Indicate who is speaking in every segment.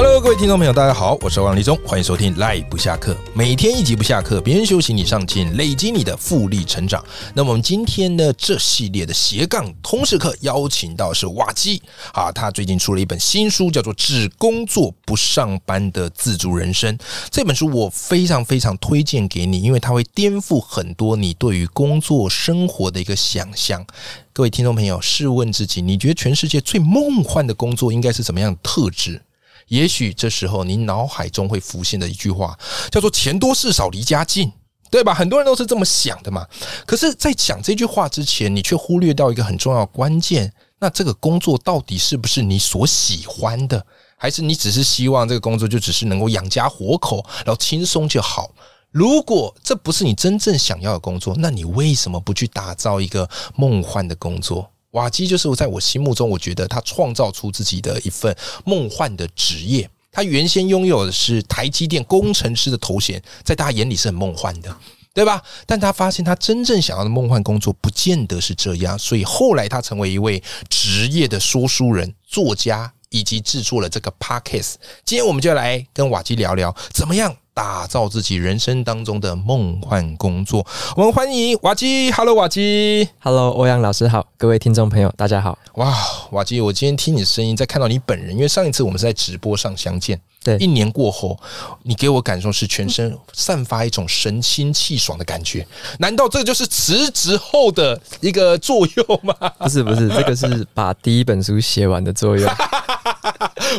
Speaker 1: Hello，各位听众朋友，大家好，我是王立忠，欢迎收听《赖不下课》，每天一集不下课，别人休息你上进，累积你的复利成长。那么我们今天呢，这系列的斜杠通识课邀请到是瓦基啊，他最近出了一本新书，叫做《只工作不上班的自主人生》。这本书我非常非常推荐给你，因为它会颠覆很多你对于工作生活的一个想象。各位听众朋友，试问自己，你觉得全世界最梦幻的工作应该是什么样的特质？也许这时候你脑海中会浮现的一句话，叫做“钱多事少离家近”，对吧？很多人都是这么想的嘛。可是，在讲这句话之前，你却忽略掉一个很重要的关键，那这个工作到底是不是你所喜欢的？还是你只是希望这个工作就只是能够养家活口，然后轻松就好？如果这不是你真正想要的工作，那你为什么不去打造一个梦幻的工作？瓦基就是在我心目中，我觉得他创造出自己的一份梦幻的职业。他原先拥有的是台积电工程师的头衔，在大家眼里是很梦幻的，对吧？但他发现他真正想要的梦幻工作，不见得是这样，所以后来他成为一位职业的说书人、作家，以及制作了这个 podcast。今天我们就来跟瓦基聊聊，怎么样打造自己人生当中的梦幻工作。我们欢迎瓦基，Hello，瓦基。
Speaker 2: Hello，欧阳老师好，各位听众朋友大家好。
Speaker 1: 哇，瓦基，我今天听你声音，再看到你本人，因为上一次我们是在直播上相见，
Speaker 2: 对
Speaker 1: 一年过后，你给我感受是全身散发一种神清气爽的感觉。难道这就是辞职后的一个作用吗？
Speaker 2: 不是不 是，这个是把第一本书写完的作用。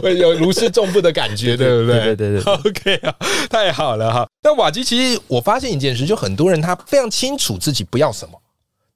Speaker 1: 会有如释重负的感觉，对不对？
Speaker 2: 对对对对
Speaker 1: OK 啊，太好了哈。那瓦基，其实我发现一件事，就很多人他非常清楚自己不要什么，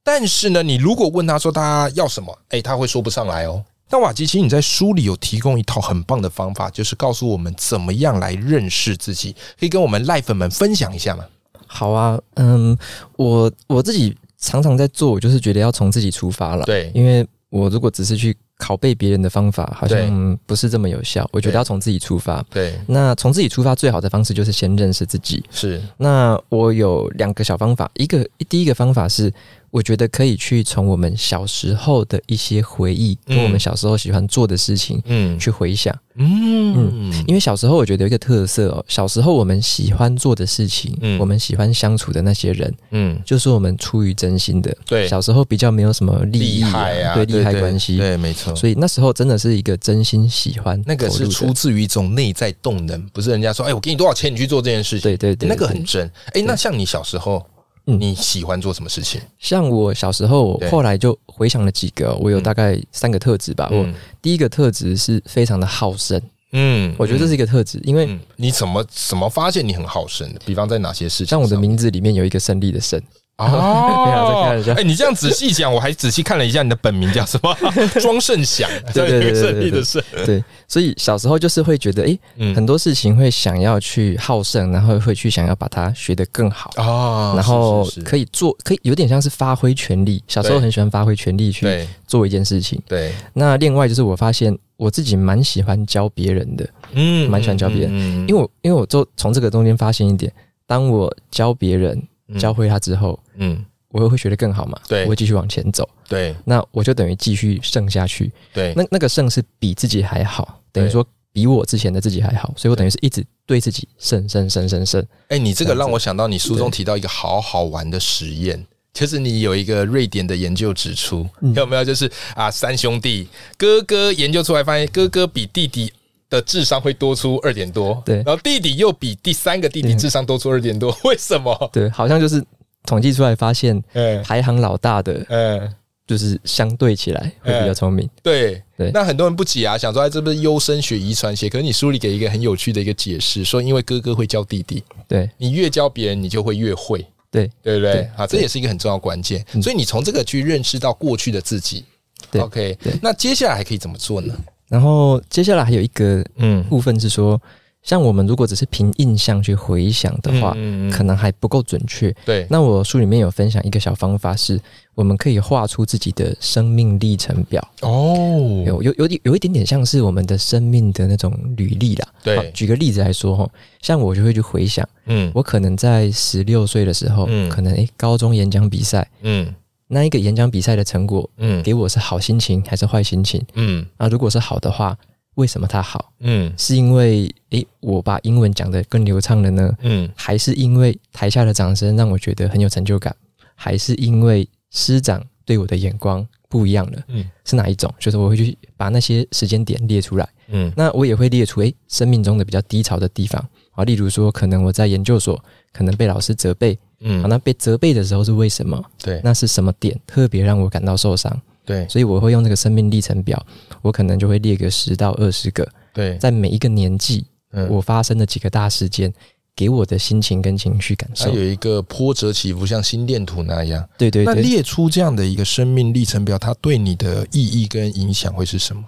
Speaker 1: 但是呢，你如果问他说他要什么，哎，他会说不上来哦。那瓦基，其实你在书里有提供一套很棒的方法，就是告诉我们怎么样来认识自己，可以跟我们赖粉们分享一下吗？
Speaker 2: 好啊，嗯，我我自己常常在做，我就是觉得要从自己出发了。
Speaker 1: 对
Speaker 2: 因为我如果只是去拷贝别人的方法，好像不是这么有效。我觉
Speaker 1: 对
Speaker 2: 得要从自己出发。
Speaker 1: 对，
Speaker 2: 那从自己出发最好的方式就是先认识自己。
Speaker 1: 是
Speaker 2: 那我有两个小方法，一个第一个方法是，我觉得可以去从我们小时候的一些回忆，跟
Speaker 1: 嗯
Speaker 2: 我们小时候喜欢做的事情
Speaker 1: 嗯
Speaker 2: 去回想。
Speaker 1: 嗯嗯
Speaker 2: 因为小时候我觉得有一个特色哦，小时候我们喜欢做的事情，
Speaker 1: 嗯
Speaker 2: 我们喜欢相处的那些人，
Speaker 1: 嗯，
Speaker 2: 就是我们出于真心的。
Speaker 1: 对
Speaker 2: 小时候比较没有什么利益、
Speaker 1: 厉害啊，
Speaker 2: 对利害
Speaker 1: 对
Speaker 2: 关系，
Speaker 1: 对，没错。
Speaker 2: 所以那时候真的是一个真心喜欢，
Speaker 1: 那个是
Speaker 2: 投
Speaker 1: 出
Speaker 2: 入的
Speaker 1: 自于一种内在动能，不是人家说，哎、我给你多少钱，你去做这件事情。
Speaker 2: 对对对，
Speaker 1: 那个很
Speaker 2: 对
Speaker 1: 真。哎、那像你小时候，
Speaker 2: 嗯
Speaker 1: 你喜欢做什么事情？
Speaker 2: 像我小时候，
Speaker 1: 对
Speaker 2: 我后来就回想了几个哦，我有大概三个特质吧。
Speaker 1: 嗯
Speaker 2: 我第一个特质是非常的好胜，
Speaker 1: 嗯
Speaker 2: 我觉得这是一个特质，因为
Speaker 1: 嗯，你怎么怎么发现你很好胜的？比方在哪些事情上？
Speaker 2: 像我的名字里面有一个胜利的胜， 没有再开
Speaker 1: 哦
Speaker 2: 玩笑，
Speaker 1: 哎、你这样仔细讲，我还仔细看了一下你的本名叫什 么，庄胜祥，
Speaker 2: 对对对对对
Speaker 1: 胜利的胜，
Speaker 2: 对，所以小时候就是会觉得，诶，
Speaker 1: 嗯
Speaker 2: 很多事情会想要去好胜，然后会去想要把它学得更好，
Speaker 1: 哦，
Speaker 2: 然后
Speaker 1: 是是是
Speaker 2: 可以做，可以有点像是发挥全力。小时候
Speaker 1: 对
Speaker 2: 很喜欢发挥全力去
Speaker 1: 对
Speaker 2: 做一件事情。
Speaker 1: 对，
Speaker 2: 那另外就是我发现我自己蛮喜欢教别人的，
Speaker 1: 嗯
Speaker 2: 蛮喜欢教别人
Speaker 1: 人
Speaker 2: 因为我因为我就从这个中间发现一点，当我教别人
Speaker 1: 嗯
Speaker 2: 教会他之后，
Speaker 1: 嗯，
Speaker 2: 我又会学得更好嘛，
Speaker 1: 对
Speaker 2: 我会继续往前走，
Speaker 1: 对
Speaker 2: 那我就等于继续胜下去。
Speaker 1: 对，
Speaker 2: 那那个胜是比自己还好，等于
Speaker 1: 对
Speaker 2: 说比我之前的自己还好，所以我等于是一直对自己胜胜胜胜胜。
Speaker 1: 哎、你这个
Speaker 2: 这样子
Speaker 1: 让我想到你书中
Speaker 2: 对
Speaker 1: 提到一个好好玩的实验，就是你有一个瑞典的研究指出，
Speaker 2: 嗯
Speaker 1: 有没有就是啊三兄弟哥哥研究出来发现哥哥比弟弟。的智商会多出二点多，
Speaker 2: 对
Speaker 1: 然后弟弟又比第三个弟弟
Speaker 2: 对
Speaker 1: 智商多出二点多， 为什么？
Speaker 2: 对，好像就是统计出来发现，
Speaker 1: 嗯
Speaker 2: 排行老大的
Speaker 1: 嗯，
Speaker 2: 就是相对起来会比较聪明。
Speaker 1: 对
Speaker 2: 对
Speaker 1: 那很多人不解啊，想说哎，这不是优生学遗传学？可是你书里给一个很有趣的一个解释，说因为哥哥会教弟弟，
Speaker 2: 对
Speaker 1: 你越教别人，你就会越会。
Speaker 2: 对
Speaker 1: 对不对
Speaker 2: 对？
Speaker 1: 啊，这也是一个很重要的关键。
Speaker 2: 嗯
Speaker 1: 所以你从这个去认识到过去的自己。
Speaker 2: 对
Speaker 1: OK，
Speaker 2: 对
Speaker 1: 那接下来还可以怎么做呢？
Speaker 2: 然后接下来还有一个
Speaker 1: 嗯
Speaker 2: 部分是说，像我们如果只是凭印象去回想的话，
Speaker 1: 嗯嗯嗯
Speaker 2: 可能还不够准确。
Speaker 1: 对，
Speaker 2: 那我书里面有分享一个小方法是，我们可以画出自己的生命历程表，
Speaker 1: 哦，
Speaker 2: 有有有一有一点点像是我们的生命的那种履历啦。
Speaker 1: 对
Speaker 2: 好举个例子来说哈，像我就会去回想，
Speaker 1: 嗯
Speaker 2: 我可能在十六岁的时候，
Speaker 1: 嗯
Speaker 2: 可能诶高中演讲比赛
Speaker 1: 嗯
Speaker 2: 那一个演讲比赛的成果
Speaker 1: 嗯
Speaker 2: 给我是好心情还是坏心情？
Speaker 1: 嗯
Speaker 2: 啊，如果是好的话，为什么它好？
Speaker 1: 嗯
Speaker 2: 是因为诶我把英文讲得更流畅了呢，
Speaker 1: 嗯，
Speaker 2: 还是因为台下的掌声让我觉得很有成就感，还是因为师长对我的眼光不一样了？
Speaker 1: 嗯，
Speaker 2: 是哪一种？就是我会去把那些时间点列出来。
Speaker 1: 嗯
Speaker 2: 那我也会列出诶、生命中的比较低潮的地方啊，例如说可能我在研究所可能被老师责备啊，
Speaker 1: 嗯，
Speaker 2: 那被责备的时候是为什么？
Speaker 1: 对
Speaker 2: 那是什么点特别让我感到受伤？
Speaker 1: 对
Speaker 2: 所以我会用这个生命历程表，我可能就会列个十到二十个，
Speaker 1: 对，
Speaker 2: 在每一个年纪
Speaker 1: 嗯
Speaker 2: 我发生的几个大事件。给我的心情跟情绪感
Speaker 1: 它
Speaker 2: 受，
Speaker 1: 有一个波折起伏，像心电图那样。
Speaker 2: 对对
Speaker 1: 哎那
Speaker 2: 对，
Speaker 1: 列出这样的一个生命历程表，它对你的意义跟影响会是什么？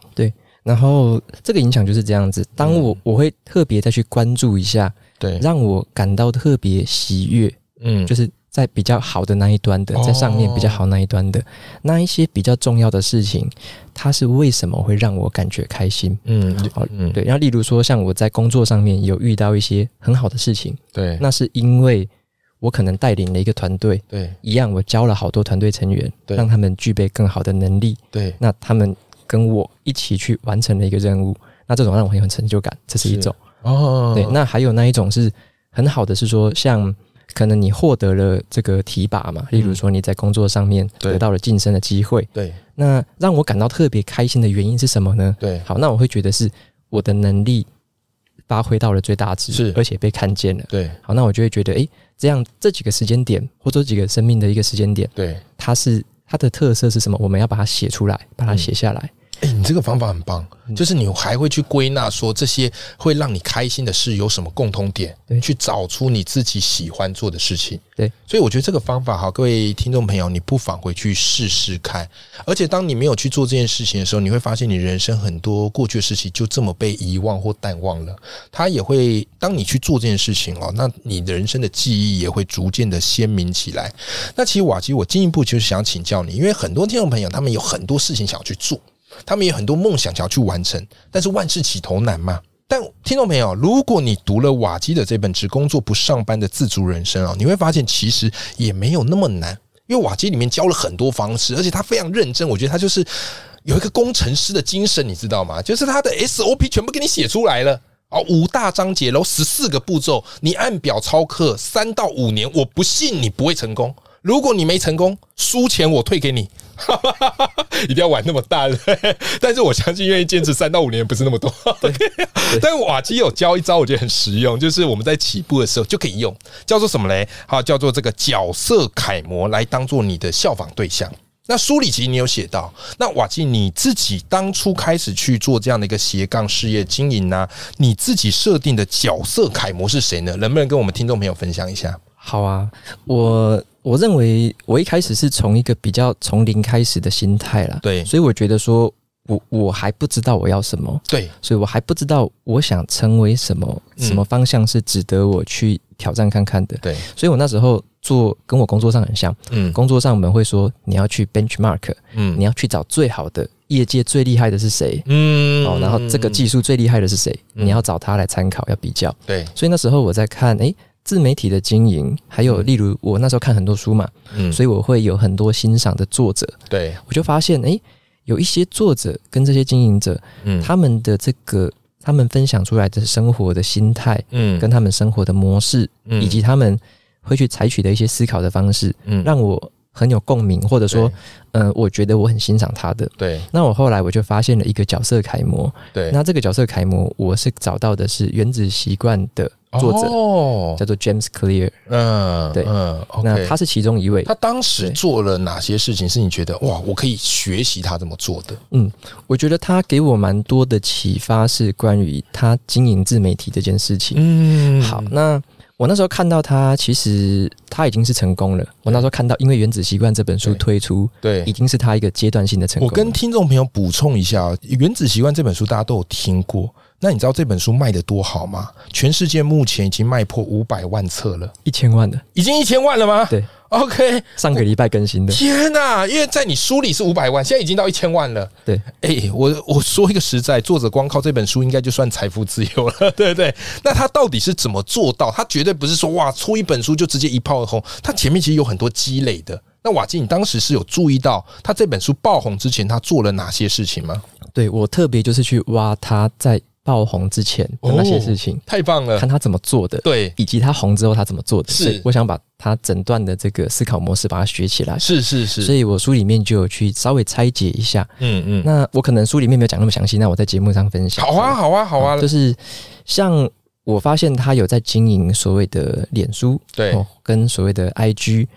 Speaker 2: 然后这个影响就是这样子。当我、
Speaker 1: 嗯
Speaker 2: 我会特别再去关注一下，
Speaker 1: 对，
Speaker 2: 让我感到特别喜悦，
Speaker 1: 嗯，
Speaker 2: 就是在比较好的那一端的
Speaker 1: 哦，
Speaker 2: 在上面比较好那一端的、那一些比较重要的事情，它是为什么会让我感觉开心？
Speaker 1: 嗯
Speaker 2: 好
Speaker 1: 嗯，
Speaker 2: 对，然后例如说，像我在工作上面有遇到一些很好的事情，
Speaker 1: 对
Speaker 2: 那是因为我可能带领了一个团队，
Speaker 1: 对
Speaker 2: 一样我教了好多团队成员，
Speaker 1: 对
Speaker 2: 让他们具备更好的能力，
Speaker 1: 对，
Speaker 2: 那他们跟我一起去完成了一个任务，那这种让我很有成就感，这是一种。
Speaker 1: 哦，
Speaker 2: 对，那还有那一种是很好的，是说像可能你获得了这个提拔嘛，例如说你在工作上面
Speaker 1: 嗯对
Speaker 2: 得到了晋升的机会，
Speaker 1: 对
Speaker 2: 那让我感到特别开心的原因是什么呢？
Speaker 1: 对
Speaker 2: 好，那我会觉得是我的能力发挥到了最大值，
Speaker 1: 是
Speaker 2: 而且被看见了。
Speaker 1: 对
Speaker 2: 好，那我就会觉得，诶，这样这几个时间点或者这几个生命的一个时间点，
Speaker 1: 对，
Speaker 2: 它是它的特色是什么？我们要把它写出来，把它写下来。
Speaker 1: 哎，你这个方法很棒，
Speaker 2: 嗯
Speaker 1: 就是你还会去归纳说这些会让你开心的事有什么共通点，
Speaker 2: 对
Speaker 1: 去找出你自己喜欢做的事情。
Speaker 2: 对，
Speaker 1: 所以我觉得这个方法哈，各位听众朋友，你不妨回去试试看。而且当你没有去做这件事情的时候，你会发现你人生很多过去的事情就这么被遗忘或淡忘了。它也会，当你去做这件事情哦，那你的人生的记忆也会逐渐的鲜明起来。那其实瓦基，我进一步就是想请教你，因为很多听众朋友他们有很多事情想要去做。他们有很多梦想想要去完成，但是万事起头难嘛。但听众朋友，如果你读了瓦基的这本《只工作不上班的自足人生》啊，你会发现其实也没有那么难，因为瓦基里面教了很多方式，而且他非常认真，我觉得他就是有一个工程师的精神，你知道吗？就是他的 SOP 全部给你写出来了。哦，五大章节，然后十四个步骤，你按表操课，三到五年，我不信你不会成功。如果你没成功，输钱我退给你， 一定要玩那么大的。但是我相信，愿意坚持三到五年不是那么 多。但瓦基有教一招，我觉得很实用，就是我们在起步的时候就可以用，叫做什么嘞？好，叫做这个角色楷模来当做你的效仿对象。那书里其实你有写到，那瓦基你自己当初开始去做这样的一个斜杠事业经营呢、你自己设定的角色楷模是谁呢？能不能跟我们听众朋友分享一下？
Speaker 2: 好啊，我我认为我一开始是从一个比较从零开始的心态啦，
Speaker 1: 对
Speaker 2: 所以我觉得说我我还不知道我要什么，
Speaker 1: 对，
Speaker 2: 所以我还不知道我想成为什么，
Speaker 1: 嗯
Speaker 2: 什么方向是值得我去挑战看看的。
Speaker 1: 对，
Speaker 2: 所以我那时候做跟我工作上很像，
Speaker 1: 嗯
Speaker 2: 工作上我们会说你要去 benchmark，
Speaker 1: 嗯
Speaker 2: 你要去找最好的，业界最厉害的是谁。
Speaker 1: 嗯
Speaker 2: 哦，然后这个技术最厉害的是谁？
Speaker 1: 嗯
Speaker 2: 你要找他来参考，要比较。
Speaker 1: 对，
Speaker 2: 所以那时候我在看，诶，自媒体的经营，还有
Speaker 1: 嗯
Speaker 2: 例如我那时候看很多书嘛，
Speaker 1: 嗯
Speaker 2: 所以我会有很多欣赏的作者，
Speaker 1: 以对，
Speaker 2: 我就发现，诶，有一些作者跟这些经营者，
Speaker 1: 嗯
Speaker 2: 他们的这个他们分享出来的生活的心态，
Speaker 1: 嗯
Speaker 2: 跟他们生活的模式，
Speaker 1: 嗯
Speaker 2: 以及他们会去采取的一些思考的方式，
Speaker 1: 嗯
Speaker 2: 让我很有共鸣，或者说，嗯、我觉得我很欣赏他的。
Speaker 1: 对
Speaker 2: 那我后来我就发现了一个角色楷模，
Speaker 1: 对，
Speaker 2: 那这个角色楷模，我是找到的是《原子习惯》的作者，
Speaker 1: 哦
Speaker 2: 叫做 James Clear，、
Speaker 1: 嗯，
Speaker 2: 对
Speaker 1: 嗯
Speaker 2: 那
Speaker 1: ，OK，
Speaker 2: 他是其中一位
Speaker 1: 他。当时
Speaker 2: 对
Speaker 1: 做了哪些事情是你觉得哇，我可以学习他这么做的？
Speaker 2: 我觉得他给我蛮多的启发，是关于他经营自媒体这件事情。
Speaker 1: 嗯
Speaker 2: 好，那我那时候看到他，其实他已经是成功了。我那时候看到，因为《原子习惯》这本书
Speaker 1: 对
Speaker 2: 推出，已
Speaker 1: 对。
Speaker 2: 经是他一个阶段性的成功
Speaker 1: 我
Speaker 2: 了。
Speaker 1: 跟听众朋友补充一下哦，《原子习惯》这本书大家都有听过，那你知道这本书卖的多好吗？全世界目前已经卖破五百万册了，
Speaker 2: 一千万的，
Speaker 1: 已经一千万了吗？
Speaker 2: 对
Speaker 1: ，OK。
Speaker 2: 上个礼拜更新的，
Speaker 1: 天哪、因为在你书里是五百万，现在已经到一千万了。
Speaker 2: 对，
Speaker 1: 哎、我我说一个实在，作者光靠这本书应该就算财富自由了， 对不对？那他到底是怎么做到？他绝对不是说哇出一本书就直接一炮而红，他前面其实有很多积累的。那瓦基，你当时是有注意到他这本书爆红之前，他做了哪些事情吗？
Speaker 2: 对我特别就是去挖他在爆红之前
Speaker 1: 哦
Speaker 2: 的那些事情，
Speaker 1: 太棒了
Speaker 2: 看，他怎么做的，
Speaker 1: 对，
Speaker 2: 以及他红之后他怎么做的。
Speaker 1: 呃是
Speaker 2: 所以我想把他整段的这个思考模式把它学起来。
Speaker 1: 是是是，
Speaker 2: 所以我书里面就有去稍微拆解一下。
Speaker 1: 嗯嗯，
Speaker 2: 那我可能书里面没有讲那么详细，那我在节目上分享。
Speaker 1: 好啊好啊好啊，
Speaker 2: 就是像我发现他有在经营所谓的脸书，
Speaker 1: 对
Speaker 2: 哦，跟所谓的 IG。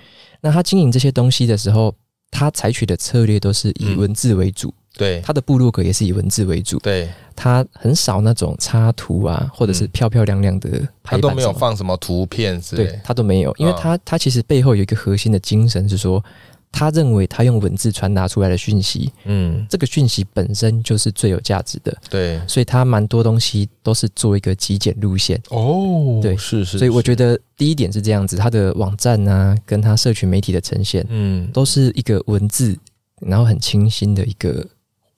Speaker 2: 那他经营这些东西的时候，他采取的策略都是以
Speaker 1: 嗯
Speaker 2: 文字为主，
Speaker 1: 对
Speaker 2: 他的部落格也是以文字为主，
Speaker 1: 对，
Speaker 2: 他很少那种插图啊，或者是
Speaker 1: 嗯
Speaker 2: 漂漂亮亮的
Speaker 1: 他
Speaker 2: 排版
Speaker 1: 都没
Speaker 2: 什
Speaker 1: 有
Speaker 2: 么的
Speaker 1: 放什么图片之类
Speaker 2: 对，他都没有，因为
Speaker 1: 嗯
Speaker 2: 他、他其实背后有一个核心的精神是说，他认为他用文字传达出来的讯息，
Speaker 1: 嗯，
Speaker 2: 这个讯息本身就是最有价值的，
Speaker 1: 对，
Speaker 2: 所以他蛮多东西都是做一个极简路线。
Speaker 1: 哦，
Speaker 2: 对
Speaker 1: 是是，
Speaker 2: 所以我
Speaker 1: 是
Speaker 2: 觉得第一点是这样子，他的网站啊，跟他社群媒体的呈现，
Speaker 1: 嗯，
Speaker 2: 都是一个文字，然后很清新的一个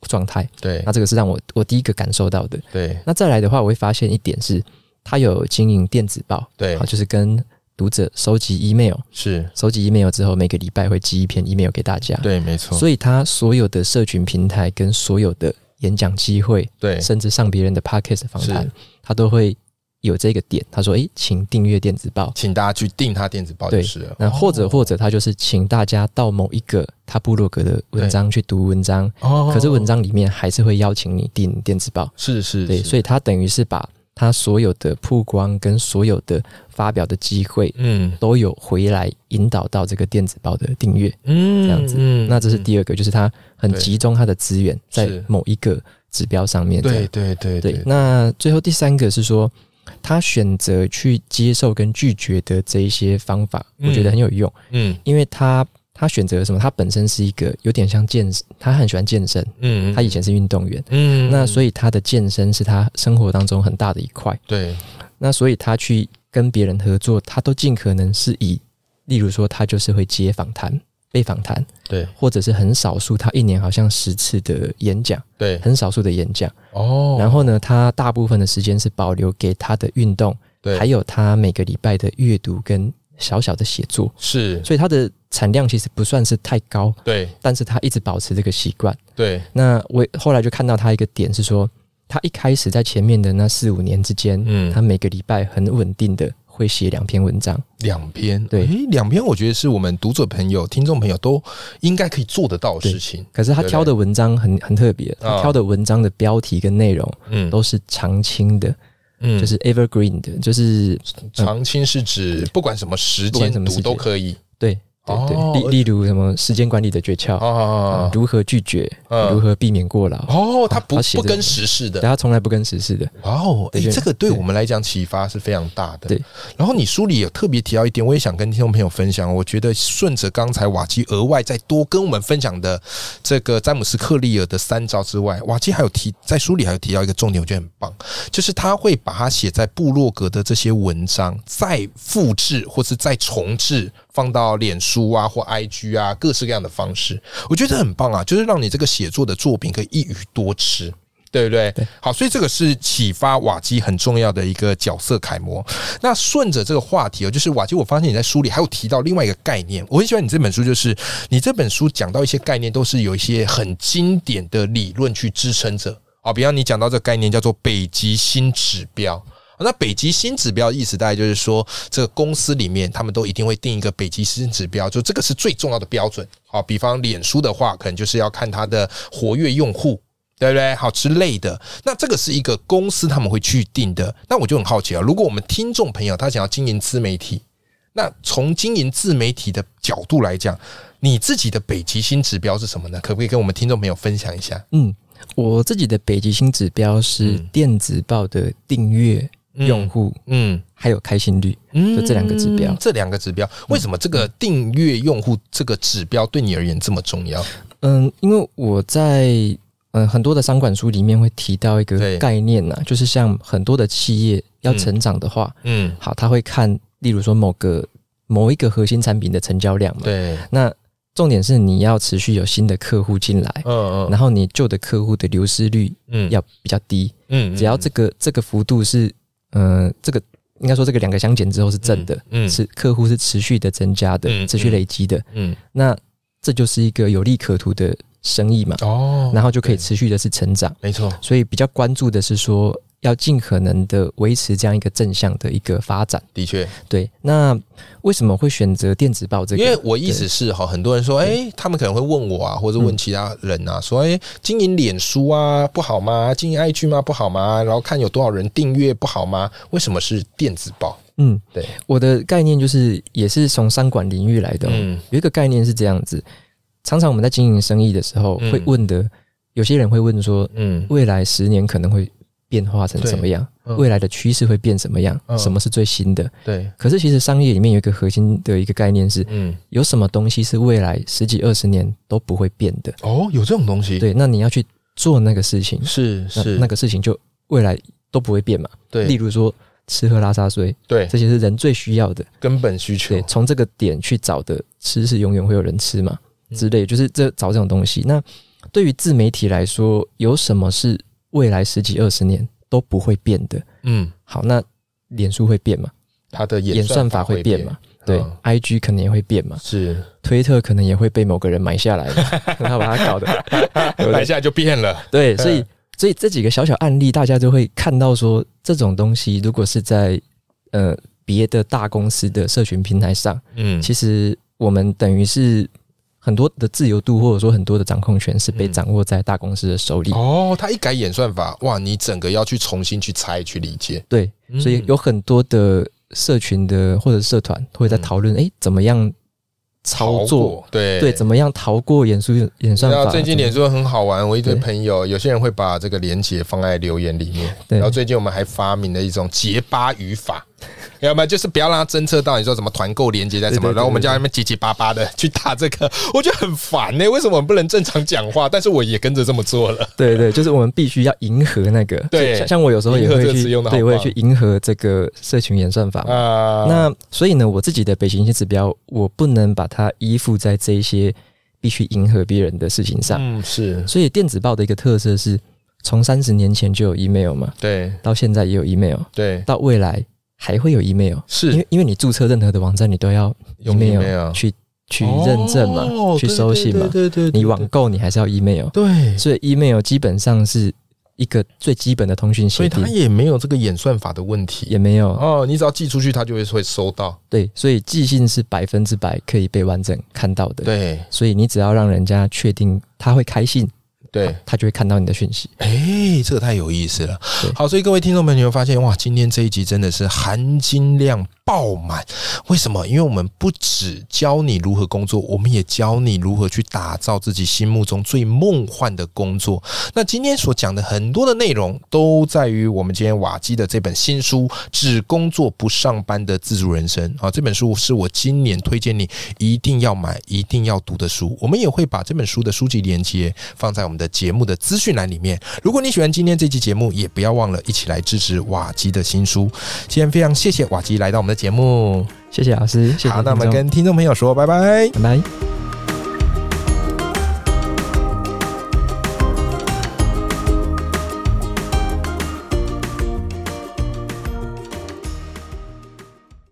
Speaker 2: 状态。
Speaker 1: 对
Speaker 2: 那这个是让我我第一个感受到的。
Speaker 1: 对
Speaker 2: 那再来的话，我会发现一点是，他有经营电子报，
Speaker 1: 对
Speaker 2: 好，，就是跟读者收集 email，
Speaker 1: 是，
Speaker 2: 收集 email 之后，每个礼拜会寄一篇 email 给大家。，
Speaker 1: 对，没错，
Speaker 2: 所以他所有的社群平台跟所有的演讲机会，
Speaker 1: 对
Speaker 2: 甚至上别人的 podcast 访谈
Speaker 1: 是，
Speaker 2: 他都会有这个点。他说：“诶，请订阅电子报。”
Speaker 1: 请大家去订他电子报就
Speaker 2: 对
Speaker 1: 是了。
Speaker 2: 那或者
Speaker 1: 哦
Speaker 2: 或者他就是请大家到某一个他部落格的文章去读文章，
Speaker 1: 哦
Speaker 2: 可是文章里面还是会邀请你订电子报。
Speaker 1: 是是，
Speaker 2: 对，所
Speaker 1: 以
Speaker 2: 以他等于是把他所有的曝光跟所有的发表的机会
Speaker 1: 嗯
Speaker 2: 都有回来引导到这个电子报的订阅。
Speaker 1: 嗯
Speaker 2: 这样子
Speaker 1: 嗯
Speaker 2: 那这是第二个，就是他很
Speaker 1: 对
Speaker 2: 集中他的资源在
Speaker 1: 是
Speaker 2: 某一个指标上面。这
Speaker 1: 对
Speaker 2: 样
Speaker 1: 对对
Speaker 2: 对，那最后第三个是说，他选择去接受跟拒绝的这一些方法，我觉得
Speaker 1: 嗯
Speaker 2: 很有用，
Speaker 1: 嗯
Speaker 2: 因为他他选择什么？他本身是一个有点像健，他很喜欢健身，
Speaker 1: 嗯，
Speaker 2: 他以前是运动员，
Speaker 1: 嗯
Speaker 2: 那
Speaker 1: 以
Speaker 2: 所以他的健身是他生活当中很大的一块。
Speaker 1: 对
Speaker 2: 那所以他去跟别人合作，他都尽可能是以，例如说他就是会接访谈、被访谈，
Speaker 1: 对
Speaker 2: 或者是很少数他一年好像十次的演讲，
Speaker 1: 对
Speaker 2: 很少数的演讲。
Speaker 1: 哦，
Speaker 2: 然后呢，他大部分的时间是保留给他的运动，
Speaker 1: 对
Speaker 2: 还有他每个礼拜的阅读跟小小的写作，
Speaker 1: 是
Speaker 2: 所以他的产量其实不算是太高，
Speaker 1: 对
Speaker 2: 但是他一直保持这个习惯。
Speaker 1: 对
Speaker 2: 那我后来就看到他一个点是说，他一开始在前面的那四五年之间，
Speaker 1: 嗯
Speaker 2: 他每个礼拜很稳定的会写两篇文章，
Speaker 1: 两篇
Speaker 2: 对
Speaker 1: 诶两篇我觉得是我们读者朋友、听众朋友都应该可以做得到的
Speaker 2: 对
Speaker 1: 事情。
Speaker 2: 可是他
Speaker 1: 对哦
Speaker 2: 挑的文章很很特别，他挑的文章的标题跟内容
Speaker 1: 嗯
Speaker 2: 都是常青的，
Speaker 1: 嗯
Speaker 2: 就是 evergreen 的，就是
Speaker 1: 长青是指不管什么时
Speaker 2: 不管
Speaker 1: 间
Speaker 2: 什么
Speaker 1: 读
Speaker 2: 时间
Speaker 1: 都可以
Speaker 2: 对对
Speaker 1: 哦
Speaker 2: 对，例例如什么时间管理的诀窍，啊
Speaker 1: 哦
Speaker 2: 如何拒绝，
Speaker 1: 嗯
Speaker 2: 如何避免过劳，
Speaker 1: 哦，他不
Speaker 2: 他写
Speaker 1: 不
Speaker 2: 的
Speaker 1: 跟时事的
Speaker 2: 对，他从来不跟时事的，
Speaker 1: 哇哦，哎、
Speaker 2: 对对
Speaker 1: 这个对
Speaker 2: 对
Speaker 1: 我们来讲启发是非常大的。
Speaker 2: 对，
Speaker 1: 然后你书里有特别提到一点，我也想跟听众朋友分享。我觉得顺着刚才瓦基额外再多跟我们分享的这个詹姆斯克利尔的三招之外，瓦基还有提在书里还有提到一个重点，我觉得很棒，就是他会把它写在部落格的这些文章再复制或是再重置。放到脸书啊或 IG 啊，各式各样的方式，我觉得很棒啊！就是让你这个写作的作品可以一鱼多吃。对不对？好，所以这个是启发瓦基很重要的一个角色楷模。那顺着这个话题哦，就是瓦基，我发现你在书里还有提到另外一个概念，我很喜欢你这本书，就是你这本书讲到一些概念，都是有一些很经典的理论去支撑着啊、比方你讲到这个概念叫做北极星指标。啊那北极星指标的意思大概就是说，这个公司里面他们都一定会定一个北极星指标，就这个是最重要的标准。好，比方脸书的话，可能就是要看它的活跃用户。对不对？好之类的，那这个是一个公司他们会去定的。那我就很好奇啊，如果我们听众朋友他想要经营自媒体，那从经营自媒体的角度来讲，你自己的北极星指标是什么呢？可不可以跟我们听众朋友分享一下？
Speaker 2: 嗯，我自己的北极星指标是
Speaker 1: 嗯
Speaker 2: 电子报的订阅用户，
Speaker 1: 嗯
Speaker 2: 还有开心率，
Speaker 1: 嗯
Speaker 2: 就这两个指标嗯
Speaker 1: 这两个指标，为什么这个订阅用户这个指标对你而言这么重要？
Speaker 2: 嗯，因为我在嗯、呃，很多的商管书里面会提到一个
Speaker 1: 对
Speaker 2: 概念呐、就是像很多的企业要成长的话，
Speaker 1: 嗯，
Speaker 2: 好，他会看，例如说某个某一个核心产品的成交量嘛。
Speaker 1: 对，
Speaker 2: 那重点是你要持续有新的客户进来，
Speaker 1: 嗯嗯
Speaker 2: 然后你旧的客户的流失率
Speaker 1: 嗯，
Speaker 2: 要比较低。
Speaker 1: 嗯
Speaker 2: 只要这个这个幅度是，嗯，这个应该说这个两个相减之后是正的，，
Speaker 1: 嗯
Speaker 2: 是客户是持续的增加
Speaker 1: 嗯
Speaker 2: 的，持续累积的，
Speaker 1: 嗯
Speaker 2: 那这就是一个有利可图的生意嘛，
Speaker 1: 哦，
Speaker 2: 然后就可以持续的是成长。
Speaker 1: 没错，
Speaker 2: 所以比较关注的是说，要尽可能的维持这样一个正向的一个发展。
Speaker 1: 的确，
Speaker 2: 对，那为什么会选择电子报这个？
Speaker 1: 因为我意思是哈，很多人说，哎、他们可能会问我啊，或者问
Speaker 2: 嗯
Speaker 1: 其他人啊，说，哎、经营脸书啊不好吗？经营 IG 吗不好吗？然后看有多少人订阅不好吗？为什么是电子报？
Speaker 2: 嗯，
Speaker 1: 对，
Speaker 2: 我的概念就是也是从商管领域来的哦、
Speaker 1: 嗯
Speaker 2: 有一个概念是这样子，常常我们在经营生意的时候
Speaker 1: 嗯
Speaker 2: 会问的，有些人会问说，
Speaker 1: 嗯
Speaker 2: 未来十年可能会变化成
Speaker 1: 对
Speaker 2: 怎么样？
Speaker 1: 嗯
Speaker 2: 未来的趋势会变什么样？
Speaker 1: 嗯
Speaker 2: 什么是最新的？
Speaker 1: 对，
Speaker 2: 可是其实商业里面有一个核心的一个概念是，
Speaker 1: 嗯，
Speaker 2: 有什么东西是未来十几二十年都不会变的？
Speaker 1: 哦，有这种东西，，
Speaker 2: 对，那你要去做那个事情，
Speaker 1: 是
Speaker 2: 那
Speaker 1: 是，
Speaker 2: 那个事情就未来都不会变嘛。例
Speaker 1: 对
Speaker 2: 如说吃喝拉撒睡，
Speaker 1: 对，
Speaker 2: 这些是人最需要的，
Speaker 1: 根本需求
Speaker 2: 对，，从这个点去找的吃是永远会有人吃嘛
Speaker 1: 嗯
Speaker 2: 之类，就是这找这种东西。那对于自媒体来说，有什么是未来十几二十年都不会变的？
Speaker 1: 嗯，
Speaker 2: 好，那脸书会变嘛？
Speaker 1: 它的
Speaker 2: 演
Speaker 1: 演
Speaker 2: 算法会
Speaker 1: 会
Speaker 2: 变嘛？？对、
Speaker 1: 嗯
Speaker 2: i g 可能也会变嘛，
Speaker 1: 是，
Speaker 2: 推特可能也会被某个人买下来嘛， 他把它搞 的， 对不
Speaker 1: 来
Speaker 2: 对
Speaker 1: 一？下就变了，
Speaker 2: 对，所以
Speaker 1: 嗯
Speaker 2: 所以这几个小小案例，大家就会看到说，这种东西如果是在呃别的大公司的社群平台上，
Speaker 1: 嗯
Speaker 2: 其实我们等于是很多的自由度或者说很多的掌控权是被
Speaker 1: 嗯
Speaker 2: 掌握在大公司的手里。
Speaker 1: 哦，它一改演算法，哇，你整个要去重新去猜去理解，嗯
Speaker 2: 对，所以有很多的社群的或者社团会在
Speaker 1: 嗯
Speaker 2: 讨论，哎、怎么样
Speaker 1: 操
Speaker 2: 操作？
Speaker 1: 作，对
Speaker 2: 对，怎么样逃过演算演算
Speaker 1: 对啊，
Speaker 2: 法？
Speaker 1: 最近脸
Speaker 2: 怎么
Speaker 1: 书很好玩，我一堆
Speaker 2: 对
Speaker 1: 朋友，有些人会把这个连接放在留言里面。
Speaker 2: 对
Speaker 1: 然后最近我们还发明了一种结巴语法， 要么就是不要让它侦测到你说什么团购连接在什么，
Speaker 2: 对对对
Speaker 1: 然后我们就在那边结结巴巴的去打这个， 我觉得很烦呢、为什么我们不能正常讲话？但是我也跟着这么做 了。
Speaker 2: 对对，就是我们必须要迎合那个。
Speaker 1: 对
Speaker 2: 像像我有时候也
Speaker 1: 迎合这
Speaker 2: 会
Speaker 1: 个词
Speaker 2: 去
Speaker 1: 用得，好
Speaker 2: 对，我也
Speaker 1: 棒
Speaker 2: 去迎合这个社群演算法嘛。
Speaker 1: 啊、
Speaker 2: 那所以呢，我自己的北行性指标，我不能把它依附在这一些必须迎合别人的事情上。
Speaker 1: 嗯是
Speaker 2: 所以电子报的一个特色是，从三十年前就有 email 嘛，
Speaker 1: 对
Speaker 2: 到现在也有 email，
Speaker 1: 对
Speaker 2: 到未来还会有 email，因
Speaker 1: 是
Speaker 2: 为因为你注册任何的网站，你都要
Speaker 1: 用 email
Speaker 2: 去去认证嘛，
Speaker 1: 哦
Speaker 2: 去
Speaker 1: 对
Speaker 2: 收
Speaker 1: 对
Speaker 2: 信嘛，
Speaker 1: 对对对对
Speaker 2: 你网购你还是要 email。
Speaker 1: 对，
Speaker 2: 所以 email 基本上是一个最基本的通讯
Speaker 1: 所
Speaker 2: 协
Speaker 1: 以它
Speaker 2: 定，
Speaker 1: 也没有这个演算法的问题
Speaker 2: 也没有、
Speaker 1: 哦，你只要寄出去，它就会会收到。
Speaker 2: 对，所以寄信是百分之百可以被完整看到的。，
Speaker 1: 对
Speaker 2: 所以你只要让人家确定他会开信，
Speaker 1: 对。
Speaker 2: 他就会看到你的讯息。
Speaker 1: 哎、这个太有意思了
Speaker 2: 对。
Speaker 1: 好，所以各位听众朋友，你会发现哇，今天这一集真的是含金量爆满。为什么？因为我们不只教你如何工作，我们也教你如何去打造自己心目中最梦幻的工作。那今天所讲的很多的内容，都在于我们今天瓦基的这本新书《只工作不上班的自主人生》啊。这本书是我今年推荐你一定要买、一定要读的书。我们也会把这本书的书籍连接放在我们的节目的资讯栏里面。如果你喜欢今天这期节目，也不要忘了一起来支持瓦基的新书。今天非常谢谢瓦基来到我们的节目，
Speaker 2: 谢谢老师，谢谢
Speaker 1: 好，那我们
Speaker 2: 听众
Speaker 1: 跟听众朋友说拜拜。
Speaker 2: 拜拜。